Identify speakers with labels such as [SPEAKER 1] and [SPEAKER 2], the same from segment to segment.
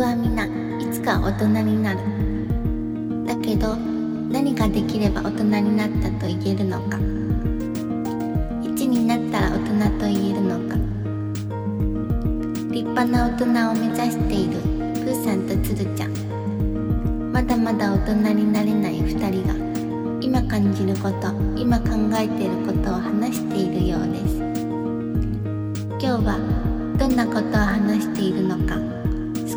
[SPEAKER 1] はみんないつか大人になるだけど何ができれば大人になったと言えるのか1になったら大人と言えるのか立派な大人を目指しているプーさんとつるちゃんまだまだ大人になれない2人が今感じること今考えていることを話しているようです今日はどんなことを話しているのか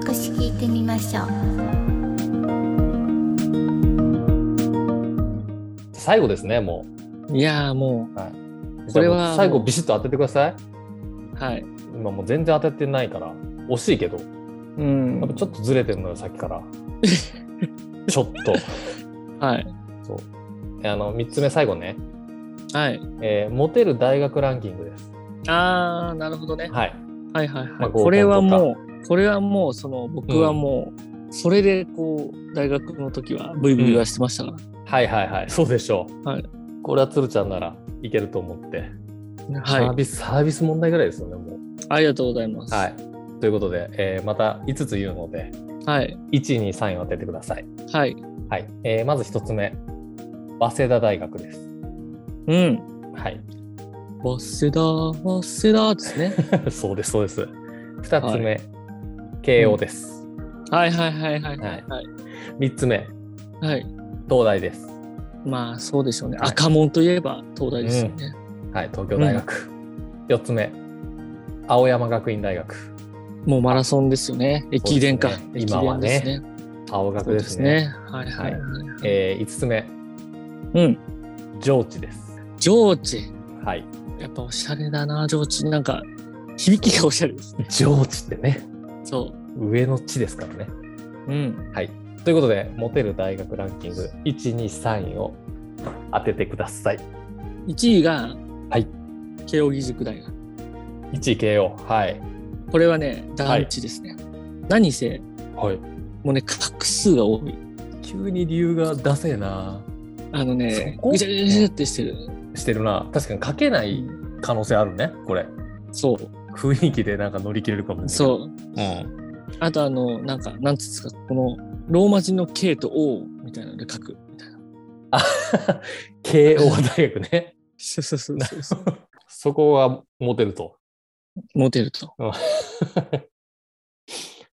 [SPEAKER 1] 少し聞いてみましょう
[SPEAKER 2] 最後ですねも
[SPEAKER 3] いやーも、
[SPEAKER 2] う、はいうじ
[SPEAKER 3] こ
[SPEAKER 2] ゃあ
[SPEAKER 3] れ
[SPEAKER 2] もう
[SPEAKER 3] は、
[SPEAKER 2] 最後ビシッと当ててください
[SPEAKER 3] はい。
[SPEAKER 2] 今もう全然当ててないから惜しいけど
[SPEAKER 3] うん
[SPEAKER 2] やっぱ。ちょっとずれてるのよさっきからちょっと
[SPEAKER 3] はい。
[SPEAKER 2] そうあの3つ目最後ね、
[SPEAKER 3] はい。
[SPEAKER 2] えーモテる大学ランキングです
[SPEAKER 3] あー、なるほどね。
[SPEAKER 2] はい
[SPEAKER 3] はいはいはい。
[SPEAKER 2] まあ合コンとか
[SPEAKER 3] これはもう、これはもう、その、僕はもう、それで、こう、大学の時は、ブイブイ言わしてましたから。
[SPEAKER 2] はいはいはいそうでしょう、
[SPEAKER 3] はい、
[SPEAKER 2] これは鶴ちゃんならいけると思って、サー
[SPEAKER 3] はい。
[SPEAKER 2] ビスサービス問題ぐらいですよねもう
[SPEAKER 3] ありがとうございます。
[SPEAKER 2] はい。ということで、えーまた5つ言うので
[SPEAKER 3] はい。
[SPEAKER 2] 123位当ててください、
[SPEAKER 3] はい。
[SPEAKER 2] はいえーまず1つ目早稲田大学です
[SPEAKER 3] うん。
[SPEAKER 2] はい
[SPEAKER 3] 早稲田、早稲田ですね。
[SPEAKER 2] そうですそうです2つ目、慶応です、
[SPEAKER 3] はいはいはいはいはいはい。
[SPEAKER 2] 3つ目
[SPEAKER 3] はい。
[SPEAKER 2] 東大です
[SPEAKER 3] まあ、そうでしょうね。
[SPEAKER 2] はい
[SPEAKER 3] 赤門といえば、東大ですよね。
[SPEAKER 2] はい東京大学、4つ目青山学院大学
[SPEAKER 3] もうマラソンですよね。駅伝か。
[SPEAKER 2] そうですね
[SPEAKER 3] 駅
[SPEAKER 2] 今は
[SPEAKER 3] 伝
[SPEAKER 2] ね
[SPEAKER 3] ですね。
[SPEAKER 2] 青
[SPEAKER 3] そ
[SPEAKER 2] 学
[SPEAKER 3] う
[SPEAKER 2] で
[SPEAKER 3] ですす
[SPEAKER 2] ね
[SPEAKER 3] ね。はいはいはい。
[SPEAKER 2] え5つ目
[SPEAKER 3] うん。
[SPEAKER 2] 上智です
[SPEAKER 3] 上智。
[SPEAKER 2] はい
[SPEAKER 3] やっぱおしゃれだな、上智。なんか、響きがおしゃれですね。
[SPEAKER 2] 上智ってね
[SPEAKER 3] そ
[SPEAKER 2] 上の地ですからね
[SPEAKER 3] う。うん。
[SPEAKER 2] はい。ということで、モテる大学ランキング1、2、3位を当ててください。
[SPEAKER 3] 1位が、
[SPEAKER 2] はい。
[SPEAKER 3] 慶応義塾大学。
[SPEAKER 2] 1位慶応。はい。
[SPEAKER 3] これはね、団地ですね。何せ、
[SPEAKER 2] はい。
[SPEAKER 3] もうね、画数が多い。
[SPEAKER 2] 急に理由が出せえな。
[SPEAKER 3] あのね
[SPEAKER 2] そ、こ
[SPEAKER 3] ぐちゃぐちゃぐちゃってしてる。
[SPEAKER 2] してるな。確かに書けない可能性あるね、これ。
[SPEAKER 3] そう。
[SPEAKER 2] 雰囲気でなんか乗り切れるかも。う。
[SPEAKER 3] そう。
[SPEAKER 2] うん。
[SPEAKER 3] あと、あの、なんか、なんつうんですか、この、ローマ字の K と O みたいなので書く。みたいな。
[SPEAKER 2] あ 慶応大学ね。
[SPEAKER 3] そうそうそうそうそう。
[SPEAKER 2] そこはモテると。
[SPEAKER 3] モテると。
[SPEAKER 2] うん まあ、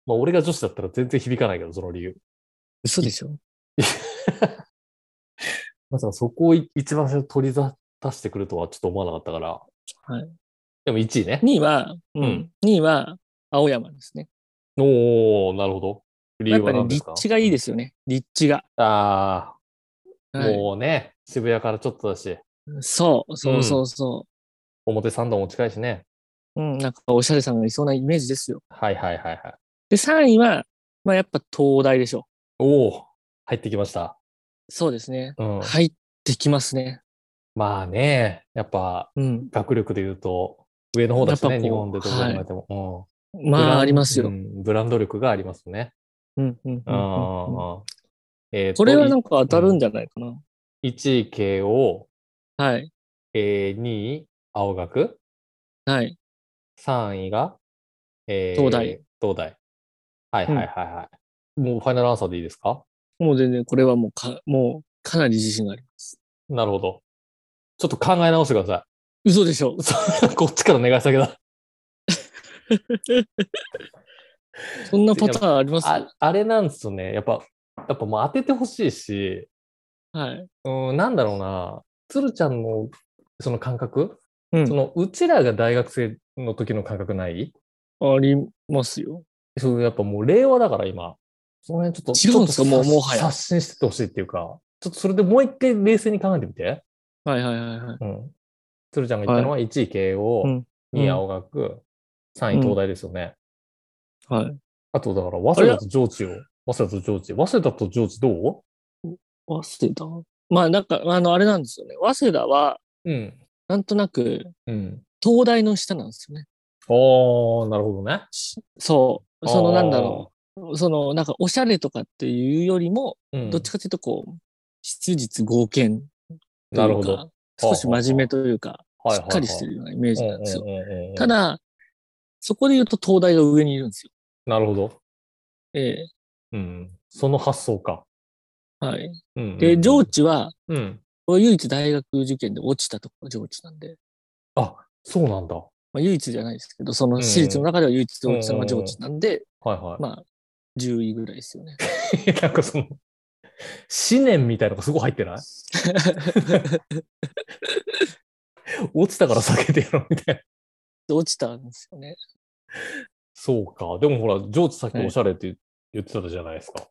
[SPEAKER 2] 俺が女子だったら全然響かないけど、その理由。
[SPEAKER 3] 嘘でしょ
[SPEAKER 2] まさかそこを一番最初取り出してくるとはちょっと思わなかったから。
[SPEAKER 3] はい。
[SPEAKER 2] でも1位ね。
[SPEAKER 3] ?2 位は、
[SPEAKER 2] うん
[SPEAKER 3] 2位は、青山ですね。
[SPEAKER 2] おおなるほど。理
[SPEAKER 3] や
[SPEAKER 2] 由
[SPEAKER 3] っぱ
[SPEAKER 2] は
[SPEAKER 3] ね
[SPEAKER 2] 何、です
[SPEAKER 3] 立
[SPEAKER 2] か、
[SPEAKER 3] 地がいいですよね。立地が。
[SPEAKER 2] ああ、
[SPEAKER 3] はい
[SPEAKER 2] もうね、渋谷からちょっとだし、
[SPEAKER 3] そう、そうそうそ
[SPEAKER 2] 表参道も近いしね。
[SPEAKER 3] う。うん、なんかおしゃれさんがいそうなイメージですよ。
[SPEAKER 2] はいはいはいはい。
[SPEAKER 3] で、3位は、まあやっぱ東大でしょ。
[SPEAKER 2] おお入ってきました。
[SPEAKER 3] そうですね。
[SPEAKER 2] うん。
[SPEAKER 3] 入ってきますね。
[SPEAKER 2] まあね、やっぱ
[SPEAKER 3] うん。
[SPEAKER 2] 学力で言うと、上の方だし
[SPEAKER 3] や
[SPEAKER 2] ね、
[SPEAKER 3] っぱこう
[SPEAKER 2] 日本でどう考えても。うんブラ
[SPEAKER 3] ま
[SPEAKER 2] ン
[SPEAKER 3] ああります
[SPEAKER 2] う
[SPEAKER 3] よ。
[SPEAKER 2] んブランド力がありますね。
[SPEAKER 3] うん、うん、
[SPEAKER 2] う
[SPEAKER 3] うんん。うん
[SPEAKER 2] うんえーと
[SPEAKER 3] これはなんか当たるんじゃないかな。
[SPEAKER 2] 1位慶応、
[SPEAKER 3] はい。
[SPEAKER 2] えー、2位青学、
[SPEAKER 3] はい。
[SPEAKER 2] 3位が、え
[SPEAKER 3] 東大。
[SPEAKER 2] 東大。はいはいはいはい。もうファイナルアンサーでいいですか
[SPEAKER 3] もう全然これはもうか、もうかなり自信があります。
[SPEAKER 2] なるほど。ちょっと考え直してくださ
[SPEAKER 3] 嘘でしょ
[SPEAKER 2] い。 そうこっちから願い下げだ。
[SPEAKER 3] そんなパターンあります
[SPEAKER 2] ああれなんですよね。やっぱ、やっぱもう当ててほしいし、
[SPEAKER 3] はい。
[SPEAKER 2] うん、なんだろうな。鶴ちゃんのその感覚、
[SPEAKER 3] うん
[SPEAKER 2] そのうちらが大学生の時の感覚ない
[SPEAKER 3] ありますよ。
[SPEAKER 2] そうやっぱもう令和だから今。その辺ちょっと、
[SPEAKER 3] 違うんですか
[SPEAKER 2] ちょっと
[SPEAKER 3] もうもはや
[SPEAKER 2] 刷新してってほしいっていうか、ちょっとそれでもう一回冷静に考えてみて。
[SPEAKER 3] はいはいはいはい。
[SPEAKER 2] うん。鶴ちゃんが言ったのは1位慶応、
[SPEAKER 3] うん
[SPEAKER 2] 2位青学、3位東大ですよね。
[SPEAKER 3] はい。
[SPEAKER 2] あと、だから、早稲田と上智を。早稲田と上智。早稲田と上智ど
[SPEAKER 3] 早稲田まあなんか、あの、あれなんですよね。早稲田は、
[SPEAKER 2] ううん。
[SPEAKER 3] なんとなく、
[SPEAKER 2] うん。
[SPEAKER 3] 東大の下なんですよね。
[SPEAKER 2] おー、なるほどね。
[SPEAKER 3] そう。そのなんだろう。その、なんか、おしゃれとかっていうよりも、
[SPEAKER 2] う。うん、
[SPEAKER 3] どっちかというと、こう、質実剛健というか、
[SPEAKER 2] なるほど。
[SPEAKER 3] 少し真面目というか、
[SPEAKER 2] は
[SPEAKER 3] しっかりして
[SPEAKER 2] る
[SPEAKER 3] るようなイメージなんですよ。
[SPEAKER 2] よ
[SPEAKER 3] た、だ、そこで言うと東大が上にいるんですよ。
[SPEAKER 2] なるほど。
[SPEAKER 3] え
[SPEAKER 2] うん。その発想か。
[SPEAKER 3] えはい。
[SPEAKER 2] うん。
[SPEAKER 3] で、上智は、
[SPEAKER 2] うん。
[SPEAKER 3] 唯一大学受験で落ちたとこが上智なんで、
[SPEAKER 2] あ、そうなんだ。は
[SPEAKER 3] まあ、唯一じゃないですけど、その私立の中では唯一落ちたのが上智なんで、
[SPEAKER 2] いはい。
[SPEAKER 3] まあ、10位ぐらいですよ ね。
[SPEAKER 2] なんかその、思念みたいのがすごい入ってない落ちたから避けてやろうみたいな。
[SPEAKER 3] で落ちたんですよね。
[SPEAKER 2] そうか。でもほら、上手さっきおしゃれって言ってたじゃないですか。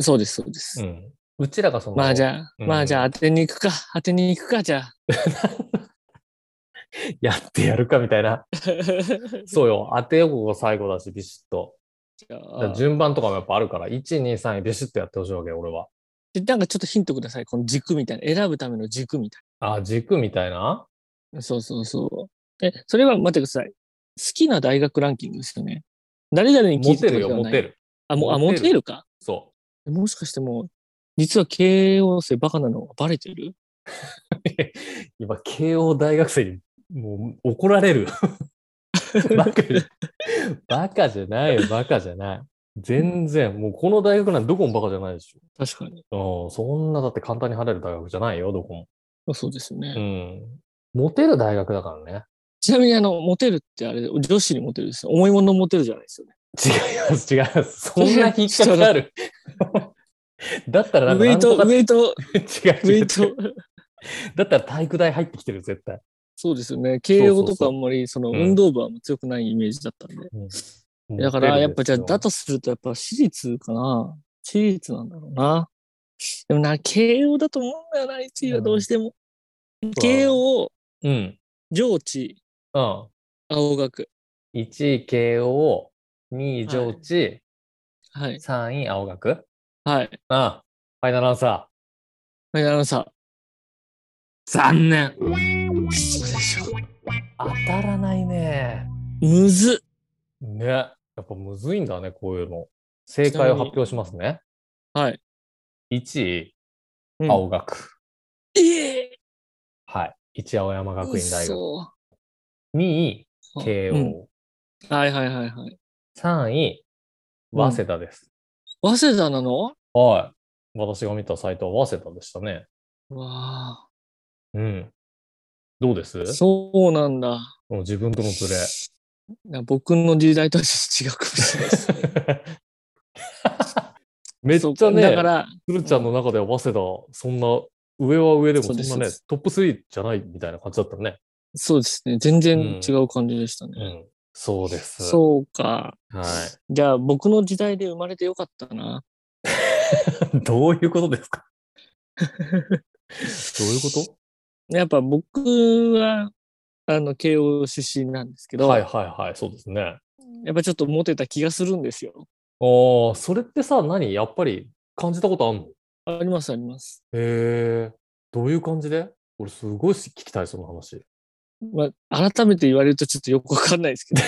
[SPEAKER 3] そうです、そうです。
[SPEAKER 2] うん。うちらがその、
[SPEAKER 3] まあじゃあ、
[SPEAKER 2] うん
[SPEAKER 3] まあじゃあ当てに行くか、当てに行くか、じ ゃあ。
[SPEAKER 2] やってやるかみたいな。そうよ。当てようが最後だし、ビシッと。
[SPEAKER 3] じゃ
[SPEAKER 2] だか
[SPEAKER 3] あ
[SPEAKER 2] ら順番とかもやっぱあるから、1、2、3位ビシッとやってほしいわけよ、俺は。
[SPEAKER 3] でなんかちょっとヒントください。この軸みたいな。選ぶための軸みたい
[SPEAKER 2] あ、軸みたいな
[SPEAKER 3] な。そうそうそう。え、それは待ってください。好きな大学ランキングですよね。誰々に聞
[SPEAKER 2] モ
[SPEAKER 3] いて
[SPEAKER 2] テ
[SPEAKER 3] る
[SPEAKER 2] るよ、
[SPEAKER 3] わけでは
[SPEAKER 2] モ
[SPEAKER 3] ない。
[SPEAKER 2] テる。
[SPEAKER 3] あ、もう、あ、
[SPEAKER 2] モテ
[SPEAKER 3] モ
[SPEAKER 2] る
[SPEAKER 3] テるか。
[SPEAKER 2] そ
[SPEAKER 3] もしかしてもう、実は慶応生バカなのはバレてる
[SPEAKER 2] う。 今、慶応大学生にもう怒られる。 バカじゃ、バカじゃないよ、バカじゃない。全然、もうこの大学なんてどこもバカじゃないでし
[SPEAKER 3] 確かに。
[SPEAKER 2] ょ。うん、そんなだって簡単に入れる大学じゃないよ、どこも。
[SPEAKER 3] そうですよね。
[SPEAKER 2] うん。モテる大学だからね。
[SPEAKER 3] ちなみに、あの、モテるってあれ、女子にモテるですよ。重いものモテるじゃないですよね。
[SPEAKER 2] 違います、違います。そんな引っかかる。 だったらなん
[SPEAKER 3] ウ
[SPEAKER 2] か
[SPEAKER 3] ェ
[SPEAKER 2] な
[SPEAKER 3] イ
[SPEAKER 2] んと
[SPEAKER 3] ト、ウ
[SPEAKER 2] か、
[SPEAKER 3] ェイト、ウ
[SPEAKER 2] 違う違
[SPEAKER 3] ェ
[SPEAKER 2] う
[SPEAKER 3] イ
[SPEAKER 2] 違
[SPEAKER 3] ト
[SPEAKER 2] う。。だったら体育大入ってきてる、絶対。
[SPEAKER 3] そうですよね。慶応と
[SPEAKER 2] そう
[SPEAKER 3] かあんまりその
[SPEAKER 2] うん
[SPEAKER 3] 運動部はもう強くないイメージだったんで。だからやっぱじゃあ、だとするとやっぱ私立かな。私立なんだろうな。でもな、慶応だと思うんだよな、1位はどうしても。慶応、
[SPEAKER 2] うん。
[SPEAKER 3] 上智、
[SPEAKER 2] うん。
[SPEAKER 3] 青学。
[SPEAKER 2] 1位慶応、2位上智、
[SPEAKER 3] はい。
[SPEAKER 2] 3位青学。
[SPEAKER 3] はい。
[SPEAKER 2] ああ、ファイナルアンサ
[SPEAKER 3] ファイナルアンサ
[SPEAKER 2] ー。残念。
[SPEAKER 3] ー。嘘でしょ
[SPEAKER 2] 当たらないね。
[SPEAKER 3] むずっ。
[SPEAKER 2] ね。やっぱむずいんだね、こういうの。正解を発表しますね。
[SPEAKER 3] はい。
[SPEAKER 2] 1位、
[SPEAKER 3] うん
[SPEAKER 2] 青学。
[SPEAKER 3] ええ
[SPEAKER 2] はい。1位、青山学院大学。
[SPEAKER 3] 嘘
[SPEAKER 2] 2位、慶応。
[SPEAKER 3] うんはいはいはいはい。
[SPEAKER 2] 3位、
[SPEAKER 3] うん
[SPEAKER 2] 早稲田です。
[SPEAKER 3] 早稲田なの
[SPEAKER 2] はい。私が見たサイトは早稲田でしたね。
[SPEAKER 3] わ
[SPEAKER 2] うん。どうです
[SPEAKER 3] あ。そうなんだ。
[SPEAKER 2] うん自分とのズレ。
[SPEAKER 3] な僕の時代とはちょっと違うかもしれな いです。
[SPEAKER 2] めっ
[SPEAKER 3] そう
[SPEAKER 2] ちゃね、
[SPEAKER 3] だから、
[SPEAKER 2] つるちゃんの中では早稲田、そんな、上は上でもそ
[SPEAKER 3] そうんです
[SPEAKER 2] なね
[SPEAKER 3] そうで、
[SPEAKER 2] トップ3じゃないみたいな感じだったね。
[SPEAKER 3] そうですね。全
[SPEAKER 2] うん
[SPEAKER 3] 然違う感じでしたね。
[SPEAKER 2] うん。そうです。
[SPEAKER 3] そうか。
[SPEAKER 2] は
[SPEAKER 3] じゃあ、僕の時代で生まれてよかったな。
[SPEAKER 2] い。 どういうことです かどういうこ
[SPEAKER 3] やっぱ僕は、あの、慶応出身なんですけ
[SPEAKER 2] と
[SPEAKER 3] ど、
[SPEAKER 2] はいはいはい、そうですね。
[SPEAKER 3] やっぱちょっとモテた気がするんですよ。
[SPEAKER 2] ああ、それってさ、何やっぱり感じたことあんの
[SPEAKER 3] あります、あります。
[SPEAKER 2] へえ、どういう感じで俺すごい聞きたい、その話。
[SPEAKER 3] まあ、改めて言われるとちょっとよくわかんないです けど、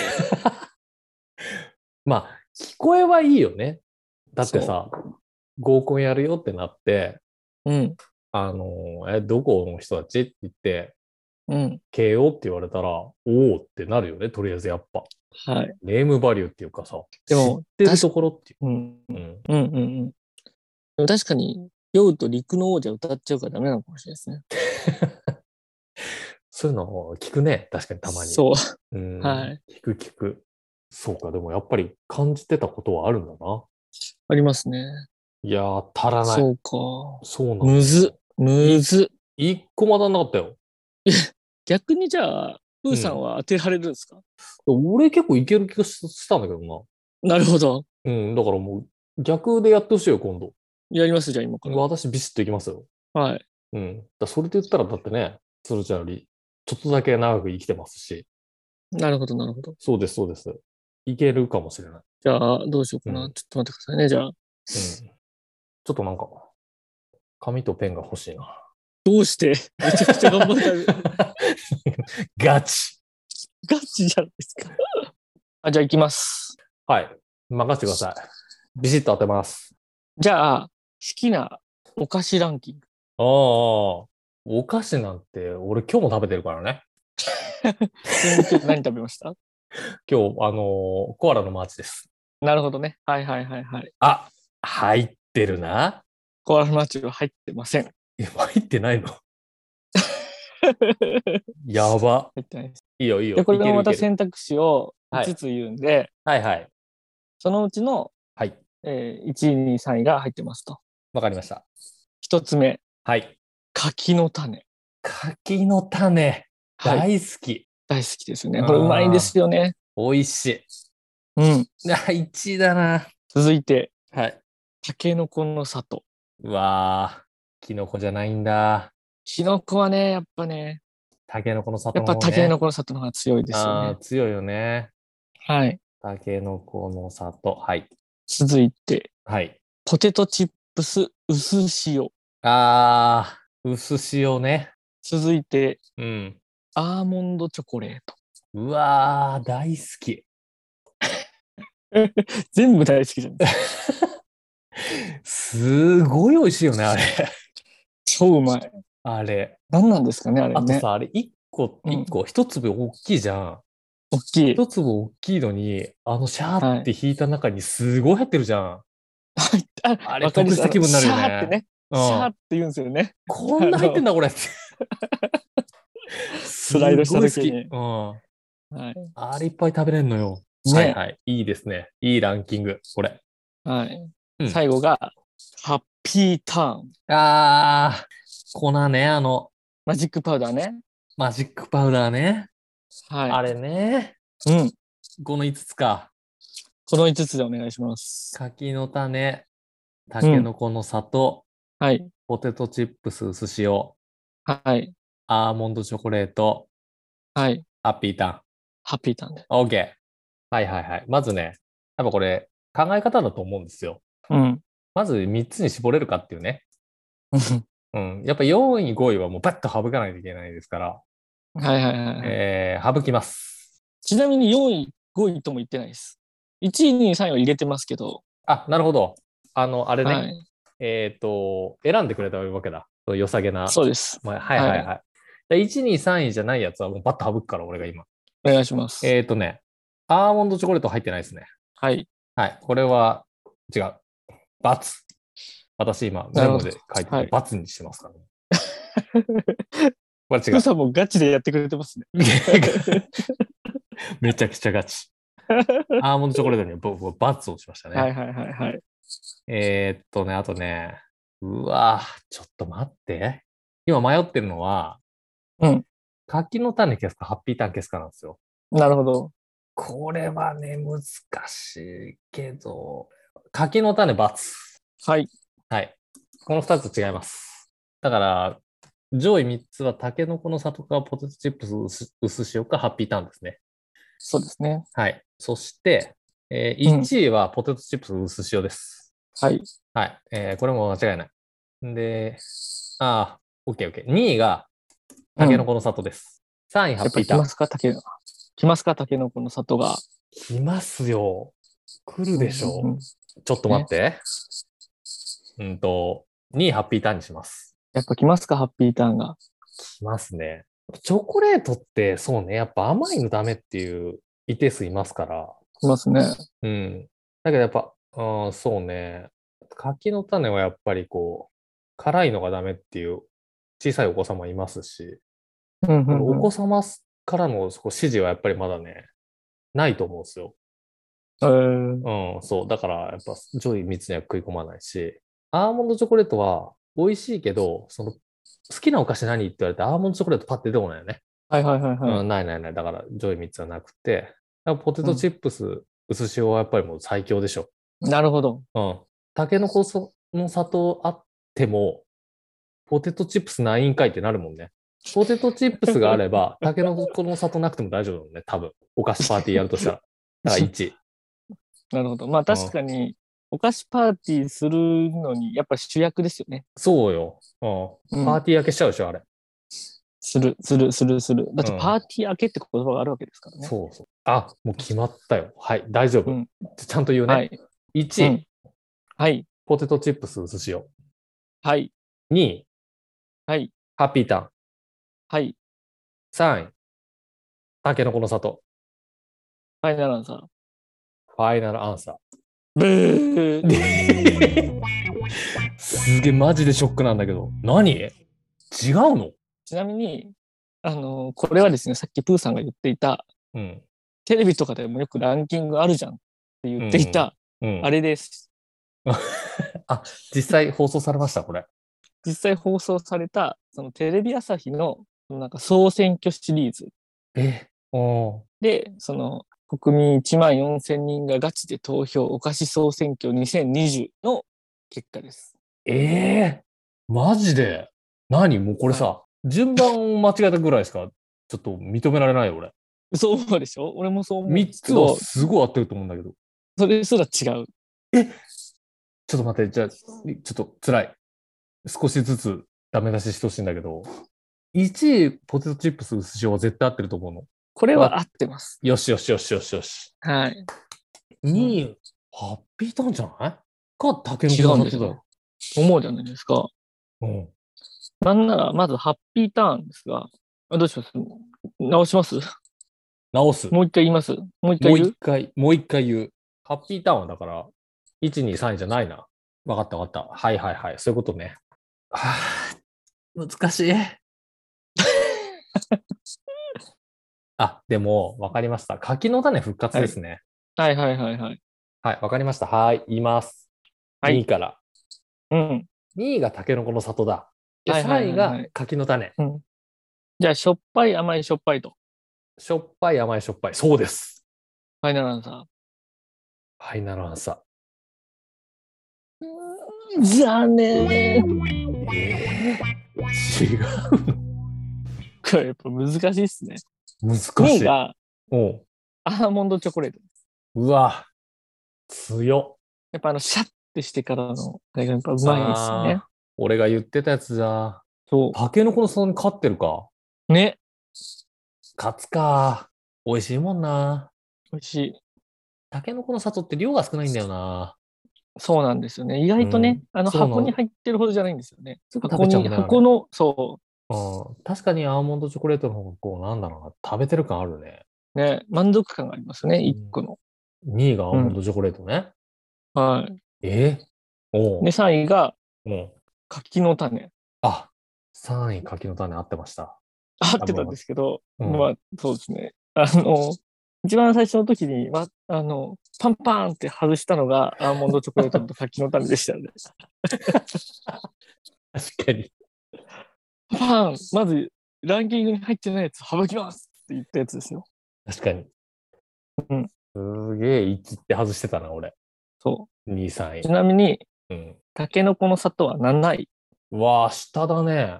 [SPEAKER 2] まあ、聞こえはいいよね。だってさ、合コンやるよってなって、
[SPEAKER 3] うん、
[SPEAKER 2] あの、え、どこの人たちって言って、
[SPEAKER 3] うん、
[SPEAKER 2] 慶応って言われたら、おおってなるよね、とりあえずやっぱ。
[SPEAKER 3] はい。
[SPEAKER 2] ネームバリューっていうかさ、
[SPEAKER 3] でも、
[SPEAKER 2] 知ってるところってい
[SPEAKER 3] うん、う
[SPEAKER 2] う。
[SPEAKER 3] ん、
[SPEAKER 2] うん、
[SPEAKER 3] うん、うん。でも確かに、酔うと陸の王者歌っちゃうからダメなのかもしれないですね。
[SPEAKER 2] そういうの聞くね、確かにたまに。
[SPEAKER 3] そう。
[SPEAKER 2] う。ん、
[SPEAKER 3] はい。
[SPEAKER 2] 聞く聞く。そうか、でもやっぱり感じてたことはあるんだな。
[SPEAKER 3] ありますね。
[SPEAKER 2] いやー、足らない。
[SPEAKER 3] そうか。
[SPEAKER 2] そうなんだ
[SPEAKER 3] むずっ、むずっ。
[SPEAKER 2] 一個も当たんなかったよ。
[SPEAKER 3] 逆にじゃあ、プーさんは当てられるんですか、
[SPEAKER 2] 俺結構いける気がししたんだけどな。
[SPEAKER 3] なるほど。
[SPEAKER 2] うん、だからもう逆でやってほしいよ、今度。
[SPEAKER 3] やります、じゃあ今から。
[SPEAKER 2] 私ビシッといきますよ。
[SPEAKER 3] はい。
[SPEAKER 2] うん。だからそれで言ったらだってね、鶴ちゃんよりちょっとだけ長く生きてますし。
[SPEAKER 3] なるほど、なるほど。
[SPEAKER 2] そうです、そうです。いけるかもしれない。
[SPEAKER 3] じゃあ、どうしようかな。
[SPEAKER 2] うん
[SPEAKER 3] ちょっと待ってくださいね。じゃあ、
[SPEAKER 2] うん。ちょっとなんか、紙とペンが欲しいな。
[SPEAKER 3] どう してめちゃくちゃ頑張った。
[SPEAKER 2] ガチ
[SPEAKER 3] ガチじゃないですか。あ、じゃあ行きます。
[SPEAKER 2] はい。任せてください。ビシッと当てます。
[SPEAKER 3] じゃあ、好きなお菓子ランキング。
[SPEAKER 2] ああ、お菓子なんて俺今日も食べてるからね。
[SPEAKER 3] ちなみに今日何食べました
[SPEAKER 2] 今日、あのーコアラのマーチです。
[SPEAKER 3] なるほどね。はいはいはいはい。
[SPEAKER 2] あ、入ってるな。
[SPEAKER 3] コアラマチュー入ってませ ん。
[SPEAKER 2] え、入ってないのやば。
[SPEAKER 3] 入ってないです。
[SPEAKER 2] いいよいいよ。
[SPEAKER 3] で、これ
[SPEAKER 2] いけ
[SPEAKER 3] が
[SPEAKER 2] る
[SPEAKER 3] また
[SPEAKER 2] いける
[SPEAKER 3] 選択肢を5つ言うんで、
[SPEAKER 2] はいはい。
[SPEAKER 3] そのうちの、
[SPEAKER 2] はい。
[SPEAKER 3] えー1位、2位、3位が入ってますと。
[SPEAKER 2] わかりました。
[SPEAKER 3] 1つ目、
[SPEAKER 2] はい。
[SPEAKER 3] 柿の種。
[SPEAKER 2] 柿の種、
[SPEAKER 3] はい。
[SPEAKER 2] 大好き。
[SPEAKER 3] 大好きですよね。これうまいですよね。
[SPEAKER 2] 美味しい。
[SPEAKER 3] うん。
[SPEAKER 2] あ、1位だな。
[SPEAKER 3] 続いて、
[SPEAKER 2] はい。
[SPEAKER 3] タケノコの里。
[SPEAKER 2] うわあ、キノコじゃないんだ。
[SPEAKER 3] キノコはね、やっぱね、
[SPEAKER 2] タケノコの里
[SPEAKER 3] や
[SPEAKER 2] の
[SPEAKER 3] っ
[SPEAKER 2] 方、
[SPEAKER 3] ぱ
[SPEAKER 2] ね。
[SPEAKER 3] タケノコの里の方が強いですよ
[SPEAKER 2] ああ
[SPEAKER 3] ね
[SPEAKER 2] ー、。強いよね。
[SPEAKER 3] はい。
[SPEAKER 2] タケノコの里。はい。
[SPEAKER 3] 続いて、
[SPEAKER 2] はい。
[SPEAKER 3] ポテトチップス薄塩。
[SPEAKER 2] ああ、薄塩ね。
[SPEAKER 3] 続いて、
[SPEAKER 2] うん。
[SPEAKER 3] アーモンドチョコレート。
[SPEAKER 2] うわあ、大好き。
[SPEAKER 3] 全部大好きじゃないですか。
[SPEAKER 2] すごい美味しいよね、 あれ。
[SPEAKER 3] 超うまい。
[SPEAKER 2] あれ。
[SPEAKER 3] 何なんですかね、あれ
[SPEAKER 2] あと
[SPEAKER 3] ね。
[SPEAKER 2] さ、あれ、1個、
[SPEAKER 3] うん
[SPEAKER 2] 一個、一粒大きいじゃん。
[SPEAKER 3] 大きい。
[SPEAKER 2] 一粒大きいのに、あの、シャーって引いた中にすごい入ってるじゃん。あ
[SPEAKER 3] あ
[SPEAKER 2] れ
[SPEAKER 3] わかりま
[SPEAKER 2] 得し
[SPEAKER 3] す
[SPEAKER 2] た気分になるよね
[SPEAKER 3] シャーってね。シ
[SPEAKER 2] うん
[SPEAKER 3] ャーって言うんですよね。
[SPEAKER 2] こんな入ってんだ、こ れ。ス
[SPEAKER 3] スライドした時に
[SPEAKER 2] うん。
[SPEAKER 3] はい。
[SPEAKER 2] あれいっぱい食べれんのよ。
[SPEAKER 3] ね
[SPEAKER 2] はいはい。いいですね。いいランキング、これ。
[SPEAKER 3] はい。
[SPEAKER 2] うん
[SPEAKER 3] 最後が、ハッピーターン。
[SPEAKER 2] あー、粉ね、あの、
[SPEAKER 3] マジックパウダーね。
[SPEAKER 2] マジックパウダーね。あ
[SPEAKER 3] は
[SPEAKER 2] れね。
[SPEAKER 3] い。うん。
[SPEAKER 2] この5つか。
[SPEAKER 3] この5つでお願いします。
[SPEAKER 2] 柿の種、タケノコの里、
[SPEAKER 3] はい。
[SPEAKER 2] ポテトチップス薄塩、
[SPEAKER 3] はい。
[SPEAKER 2] アーモンドチョコレート、
[SPEAKER 3] はい。
[SPEAKER 2] ハッピーターン。
[SPEAKER 3] ハッピーターンで。
[SPEAKER 2] オーケー。はいはいはい。まずね、やっぱこれ、考え方だと思うんですよ。
[SPEAKER 3] うん。
[SPEAKER 2] まず3つに絞れるかっていうね。うん。やっぱ4位、5位はもうバッと省かないといけないですから、
[SPEAKER 3] はいはいはいはい。
[SPEAKER 2] えー、省きます。
[SPEAKER 3] ちなみに4位、5位とも言ってないです。1位、2位、3位は入れてますけど、
[SPEAKER 2] あ、なるほど。あの、あれね、
[SPEAKER 3] はい、
[SPEAKER 2] えっ、と、選んでくれたわけだ。そう良さげな。
[SPEAKER 3] そうです。
[SPEAKER 2] まあはいはいは。
[SPEAKER 3] はい
[SPEAKER 2] で1、2、3位じゃないやつはもうバッと省くから、俺が今。
[SPEAKER 3] お願いします。
[SPEAKER 2] えっ、とね、アーモンドチョコレート入ってないですね。
[SPEAKER 3] はい。
[SPEAKER 2] はい。これは違う。バツ。私今、メ
[SPEAKER 3] なる
[SPEAKER 2] モ
[SPEAKER 3] ほ
[SPEAKER 2] で
[SPEAKER 3] ど
[SPEAKER 2] 書いて
[SPEAKER 3] は
[SPEAKER 2] て
[SPEAKER 3] い
[SPEAKER 2] バツにしてますからね。 これ違
[SPEAKER 3] 福
[SPEAKER 2] う。
[SPEAKER 3] さんもガチでやってくれてます ね。
[SPEAKER 2] めちゃくちゃガ チ。アーモンドチョコレートに僕僕バツをしましたね。
[SPEAKER 3] はいはいはいはい。
[SPEAKER 2] えーっとね、あとね、うわぁ、ちょっと待って。今迷ってるのは、
[SPEAKER 3] うん。
[SPEAKER 2] 柿の種消すか、ハッピーターン消すかなんですよ。
[SPEAKER 3] なるほど。
[SPEAKER 2] これはね、難しいけど、柿の種×。
[SPEAKER 3] はい。
[SPEAKER 2] はい。この2つ違います。だから、上位3つは、タケノコの里か、ポテトチップス薄薄塩か、ハッピーターンですね。
[SPEAKER 3] そうですね。
[SPEAKER 2] はい。そして、え
[SPEAKER 3] うん
[SPEAKER 2] 1位はポテトチップス薄塩です。
[SPEAKER 3] はい。
[SPEAKER 2] はい。えーこれも間違いない。んで、ああ、OK、OK。2位が、タケノコの里です。3位、ハッ
[SPEAKER 3] やっぱ
[SPEAKER 2] ピ
[SPEAKER 3] り
[SPEAKER 2] ー
[SPEAKER 3] 来
[SPEAKER 2] ター
[SPEAKER 3] ま
[SPEAKER 2] ン。
[SPEAKER 3] すか、竹の。来ますか、竹のこの里が。
[SPEAKER 2] 来ますよ。来るでしょう。
[SPEAKER 3] ん
[SPEAKER 2] ちょっと待って。うんと、2位、ハッピーターンにします。
[SPEAKER 3] やっぱ来ますか、ハッピーターンが。
[SPEAKER 2] 来ますね。チョコレートって、そうね、やっぱ甘いのダメっていう一定数いますから。
[SPEAKER 3] 来ますね。
[SPEAKER 2] うん。だけどやっぱ、うん、そうね。柿の種はやっぱりこう、辛いのがダメっていう小さいお子様いますし、
[SPEAKER 3] うんうんうん
[SPEAKER 2] お子様からのこう指示はやっぱりまだね、ないと思うんですよ。
[SPEAKER 3] えー
[SPEAKER 2] うん、そう。だから、やっぱ、上位3つには食い込まないし、アーモンドチョコレートは美味しいけど、その、好きなお菓子何って言われて、アーモンドチョコレートパッて出てこないよね。
[SPEAKER 3] はいはいはいは
[SPEAKER 2] う
[SPEAKER 3] い。
[SPEAKER 2] ん、ないないない。だから、上位3つはなくて、だからポテトチップス、薄塩はやっぱりもう最強でしょ。
[SPEAKER 3] なるほど。
[SPEAKER 2] うん。タケノコその砂糖あっても、ポテトチップスないんかいってなるもんね。ポテトチップスがあれ ば、タケノコの砂糖なくても大丈夫だもんね、多分。お菓子パーティーやるとした ら。だから1。
[SPEAKER 3] なるほど。まあ確かに、お菓子パーティーするのに、やっぱ主役ですよね。
[SPEAKER 2] そうよ。う。
[SPEAKER 3] うんん
[SPEAKER 2] パーティー開けしちゃうでしょ、あれ。
[SPEAKER 3] する、する、する、する。だって
[SPEAKER 2] うん
[SPEAKER 3] パーティー明けって言葉があるわけですからね。
[SPEAKER 2] そうそう。あ、もう決まったよ。はい、大丈夫。
[SPEAKER 3] うん
[SPEAKER 2] ちゃんと言うね。
[SPEAKER 3] はい。
[SPEAKER 2] 1、
[SPEAKER 3] うんはい。
[SPEAKER 2] ポテトチップス薄塩。
[SPEAKER 3] はい。
[SPEAKER 2] 2、
[SPEAKER 3] はい。
[SPEAKER 2] ハッピータ
[SPEAKER 3] はい。
[SPEAKER 2] ーン。3位、タケノコの砂糖。
[SPEAKER 3] ファイナルアンサー。
[SPEAKER 2] ファイナルアンサー。
[SPEAKER 3] ブー
[SPEAKER 2] すげえ、マジでショックなんだけど。何違うの
[SPEAKER 3] ちなみに、あの、これはですね、さっきプーさんが言っていた、
[SPEAKER 2] うん。
[SPEAKER 3] テレビとかでもよくランキングあるじゃんって言っていた、
[SPEAKER 2] うん、
[SPEAKER 3] あれです。
[SPEAKER 2] 実際放送されました、これ。
[SPEAKER 3] 実際放送された、そのテレビ朝日の、なんか総選挙シリーズ
[SPEAKER 2] えお
[SPEAKER 3] で、その、国民1万4千人がガチで投票お菓子総選挙2020の結果です。
[SPEAKER 2] ええマジで何もうこれさ、順番を間違えたぐらいしか、ちょっと認められないよ、俺。
[SPEAKER 3] そう思うでしょ俺もそう思うんで
[SPEAKER 2] 3
[SPEAKER 3] すけ
[SPEAKER 2] つ
[SPEAKER 3] ど
[SPEAKER 2] はすごい合ってると思うんだけど。
[SPEAKER 3] それすら違
[SPEAKER 2] ちょ
[SPEAKER 3] う。
[SPEAKER 2] っと待って、じゃあ、ちょっと辛い。少しずつダメ出ししてほしいんだけど、1位、ポテトチップス薄塩は絶対合ってると思うの。
[SPEAKER 3] これは合ってます。
[SPEAKER 2] よしよしよしよしよし。
[SPEAKER 3] はい。
[SPEAKER 2] 2位、ハッピーターンじゃないか、竹
[SPEAKER 3] 違
[SPEAKER 2] の
[SPEAKER 3] うん
[SPEAKER 2] 子
[SPEAKER 3] です
[SPEAKER 2] だよ
[SPEAKER 3] よ。。思うじゃないですか。
[SPEAKER 2] うん。
[SPEAKER 3] なんなら、まずハッピーターンですが、あどうします直します
[SPEAKER 2] 直す。も
[SPEAKER 3] もう一回言いますもう一回
[SPEAKER 2] う
[SPEAKER 3] 言う
[SPEAKER 2] 一回、もう一回言う。ハッピーターンはだから、1、2、3位じゃないな。わかったわかった。はいはいはい。そういうことね。はぁ、難しい。 あ、でも、わかりました。柿の種復活ですね。
[SPEAKER 3] はいはいはいはい。
[SPEAKER 2] はい、わかりました。はーい、言います。
[SPEAKER 3] は
[SPEAKER 2] 2
[SPEAKER 3] い
[SPEAKER 2] 位から。
[SPEAKER 3] うん。
[SPEAKER 2] 2位がタケノコの里だ。で、
[SPEAKER 3] はいはい
[SPEAKER 2] 3位
[SPEAKER 3] はいはい
[SPEAKER 2] が柿の種。
[SPEAKER 3] じゃあ、しょっぱい、甘い、しょっぱいと。
[SPEAKER 2] しょっぱい、甘い、しょっぱい。そうです。
[SPEAKER 3] ファイナルアンサ
[SPEAKER 2] ファイナルアンサ
[SPEAKER 3] ー。残念。
[SPEAKER 2] ー。えー、違う。
[SPEAKER 3] これやっぱ難しいっすね。
[SPEAKER 2] 難
[SPEAKER 3] 2
[SPEAKER 2] し
[SPEAKER 3] 位
[SPEAKER 2] い。
[SPEAKER 3] が
[SPEAKER 2] おう
[SPEAKER 3] アーモンドチョコレート。
[SPEAKER 2] うわ、強っ。
[SPEAKER 3] やっぱあの、シャッてしてからの、あれがやっぱうまいですよね
[SPEAKER 2] あ。ー俺が言ってたやつじゃ。
[SPEAKER 3] そ
[SPEAKER 2] タケノコの里に勝ってるか。
[SPEAKER 3] う。ね。
[SPEAKER 2] 勝つか。美味しいもんな。
[SPEAKER 3] 美味しい。
[SPEAKER 2] タケノコの里って量が少ないんだよな。
[SPEAKER 3] そうなんですよね。意外とね、あの
[SPEAKER 2] そうなの
[SPEAKER 3] 箱に入ってるほどじゃないんですよね。
[SPEAKER 2] 食
[SPEAKER 3] 箱
[SPEAKER 2] べちゃうん
[SPEAKER 3] に、
[SPEAKER 2] だよね
[SPEAKER 3] 箱の、そ
[SPEAKER 2] うん、確かにアーモンドチョコレートの方がこう、なんだろうな、食べてる感あるね。
[SPEAKER 3] う、ね、満足感がありますね、一個の。
[SPEAKER 2] 2位がアーモンドチョコレートね。
[SPEAKER 3] はい。
[SPEAKER 2] えおう、
[SPEAKER 3] で、3位が
[SPEAKER 2] うん
[SPEAKER 3] 柿の種。
[SPEAKER 2] あ、3位柿の種合ってました。
[SPEAKER 3] 合ってたんですけど、
[SPEAKER 2] うん
[SPEAKER 3] まあ、そうですね。あの、一番最初の時に、ま、あの、パンパーンって外したのがアーモンドチョコレートと柿の種でしたので、
[SPEAKER 2] 確かに。
[SPEAKER 3] パン パーンまずランキングに入ってないやつ省きますって言ったやつですよ。
[SPEAKER 2] 確かに。
[SPEAKER 3] うん
[SPEAKER 2] すげえ、1って外してたな、俺。
[SPEAKER 3] そ
[SPEAKER 2] 2、3
[SPEAKER 3] う。ち
[SPEAKER 2] 位。
[SPEAKER 3] なみに、
[SPEAKER 2] うん。
[SPEAKER 3] タケノコの里は7位、
[SPEAKER 2] うわあ、下だね。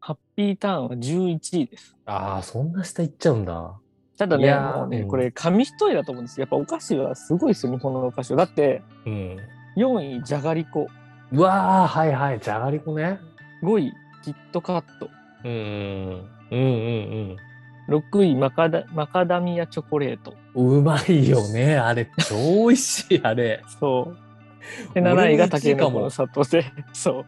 [SPEAKER 3] ハッピーターンは11位です。
[SPEAKER 2] ああ、そんな下行っちゃうんだ。
[SPEAKER 3] ただ
[SPEAKER 2] い
[SPEAKER 3] ね、
[SPEAKER 2] やー
[SPEAKER 3] もう
[SPEAKER 2] う
[SPEAKER 3] ね、
[SPEAKER 2] ん
[SPEAKER 3] これ紙一重だと思うんですよ。やっぱお菓子はすごいですよ、日本のお菓子は。だって、
[SPEAKER 2] うん。
[SPEAKER 3] 4位、じゃがりこ。
[SPEAKER 2] うわあ、はいはい、じゃがりこね。
[SPEAKER 3] 5位、キットカット。
[SPEAKER 2] うん。うんうん
[SPEAKER 3] 6位マカダ、マカダミアチョコレート。
[SPEAKER 2] うん。うまいよね、あれ。超美味しい、あれ。
[SPEAKER 3] そう。で、
[SPEAKER 2] 俺も
[SPEAKER 3] 7位が
[SPEAKER 2] 1位
[SPEAKER 3] タケノ
[SPEAKER 2] か
[SPEAKER 3] コ
[SPEAKER 2] も
[SPEAKER 3] の里で、そう。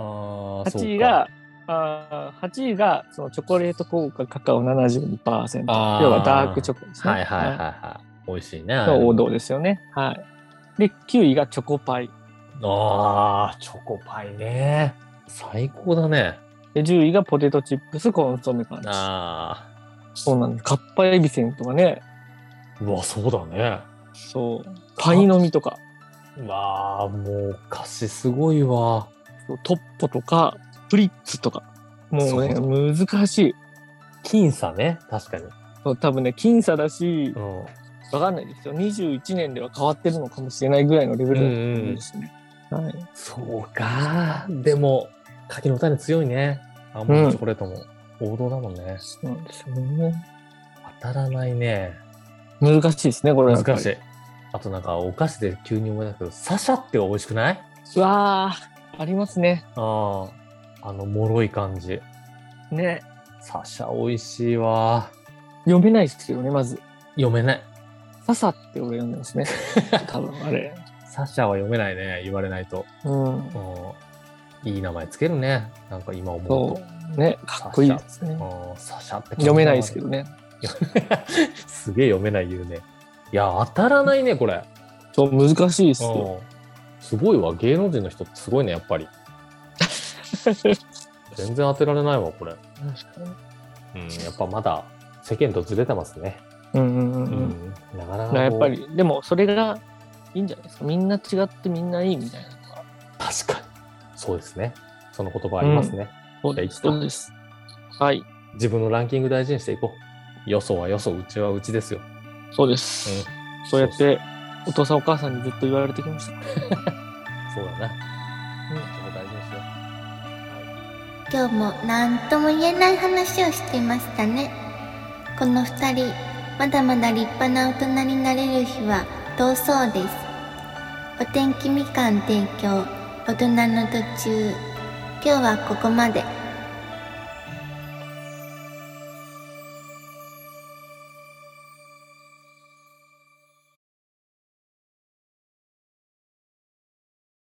[SPEAKER 2] ああ、そうか
[SPEAKER 3] 8位が、あー8位がそのチョコレート効果カカオ72%。要
[SPEAKER 2] あー
[SPEAKER 3] はダークチョコですね。
[SPEAKER 2] はいはいはいはい。美味しいね。
[SPEAKER 3] い
[SPEAKER 2] あれ
[SPEAKER 3] の王道ですよね。はい。で、9位がチョコパイ。
[SPEAKER 2] ああ、チョコパイね。最高だね。
[SPEAKER 3] で、10位がポテトチップスコンソメパンチ。
[SPEAKER 2] あ
[SPEAKER 3] そうなんです。カッパエビセンとかね。
[SPEAKER 2] あ。うわ、そうだね。
[SPEAKER 3] そう。パイの実とか、
[SPEAKER 2] うわあ、もう菓子すごいわ。
[SPEAKER 3] そうトッポとか、プリッツとか。もうね、
[SPEAKER 2] そ
[SPEAKER 3] 難しい。
[SPEAKER 2] 僅差ね、確かに。
[SPEAKER 3] そう多分ね、僅差だし
[SPEAKER 2] う、ん。
[SPEAKER 3] わかんないですよ。21年では変わってるのかもしれないぐらいのレベルだと思うんですね。はい。
[SPEAKER 2] そうか。でも、柿の種強いね。アーモンドチョコレートも王道だもんね。
[SPEAKER 3] そうなんですよね。
[SPEAKER 2] 当たらないね。
[SPEAKER 3] 難しいですね、これはやっぱ
[SPEAKER 2] 難
[SPEAKER 3] り。
[SPEAKER 2] しい。あとなんかお菓子で急に思い出すけど、サシャって美味しくないう
[SPEAKER 3] わー、ありますね。
[SPEAKER 2] ああ。あの、脆い感じ。
[SPEAKER 3] ね。
[SPEAKER 2] サシャ美味しいわ。
[SPEAKER 3] 読めないですけどね、まず。
[SPEAKER 2] 読めない。
[SPEAKER 3] ささって俺読んで ますね。多分あれ。
[SPEAKER 2] サシャは読めないね、言われないと。
[SPEAKER 3] うん。
[SPEAKER 2] うんいい名前つけるね。なんか今思うと。
[SPEAKER 3] そう。ね。かっこいいですね。
[SPEAKER 2] うんサシャって
[SPEAKER 3] 読めないですけ
[SPEAKER 2] ど。
[SPEAKER 3] どね。
[SPEAKER 2] すげえ読めない言うね。いや、当たらないね、これ。
[SPEAKER 3] そう、難しいっすよ。
[SPEAKER 2] うんすごいわ。芸能人の人ってすごいね、やっぱり。全然当てられないわ、これ。うん、やっぱまだ世間とずれてますね。
[SPEAKER 3] うんうんう
[SPEAKER 2] う
[SPEAKER 3] んうん。だ
[SPEAKER 2] ん、なかな
[SPEAKER 3] から
[SPEAKER 2] か
[SPEAKER 3] や
[SPEAKER 2] こ
[SPEAKER 3] っ
[SPEAKER 2] う
[SPEAKER 3] ぱり、でもそれがいいんじゃないですか。みんな違ってみんないいみたいなのが。
[SPEAKER 2] 確かに。そうですね。その言葉ありますね。
[SPEAKER 3] そう
[SPEAKER 2] じゃあい
[SPEAKER 3] です。
[SPEAKER 2] つか
[SPEAKER 3] そうです。はい。
[SPEAKER 2] 自分のランキング大事にしていこう。よそはよそ、うちはうちですよ。
[SPEAKER 3] そうです。そうやって、お父さんお母さんにずっと言われてきました。
[SPEAKER 2] そうだな。うん、そこ大
[SPEAKER 1] 今
[SPEAKER 2] 事にしよう。
[SPEAKER 1] 日も何とも言えない話をしてましたねこの2人まだまだ立派な大人になれる日は遠そうですお天気みかん提供大人の途中今日はここまで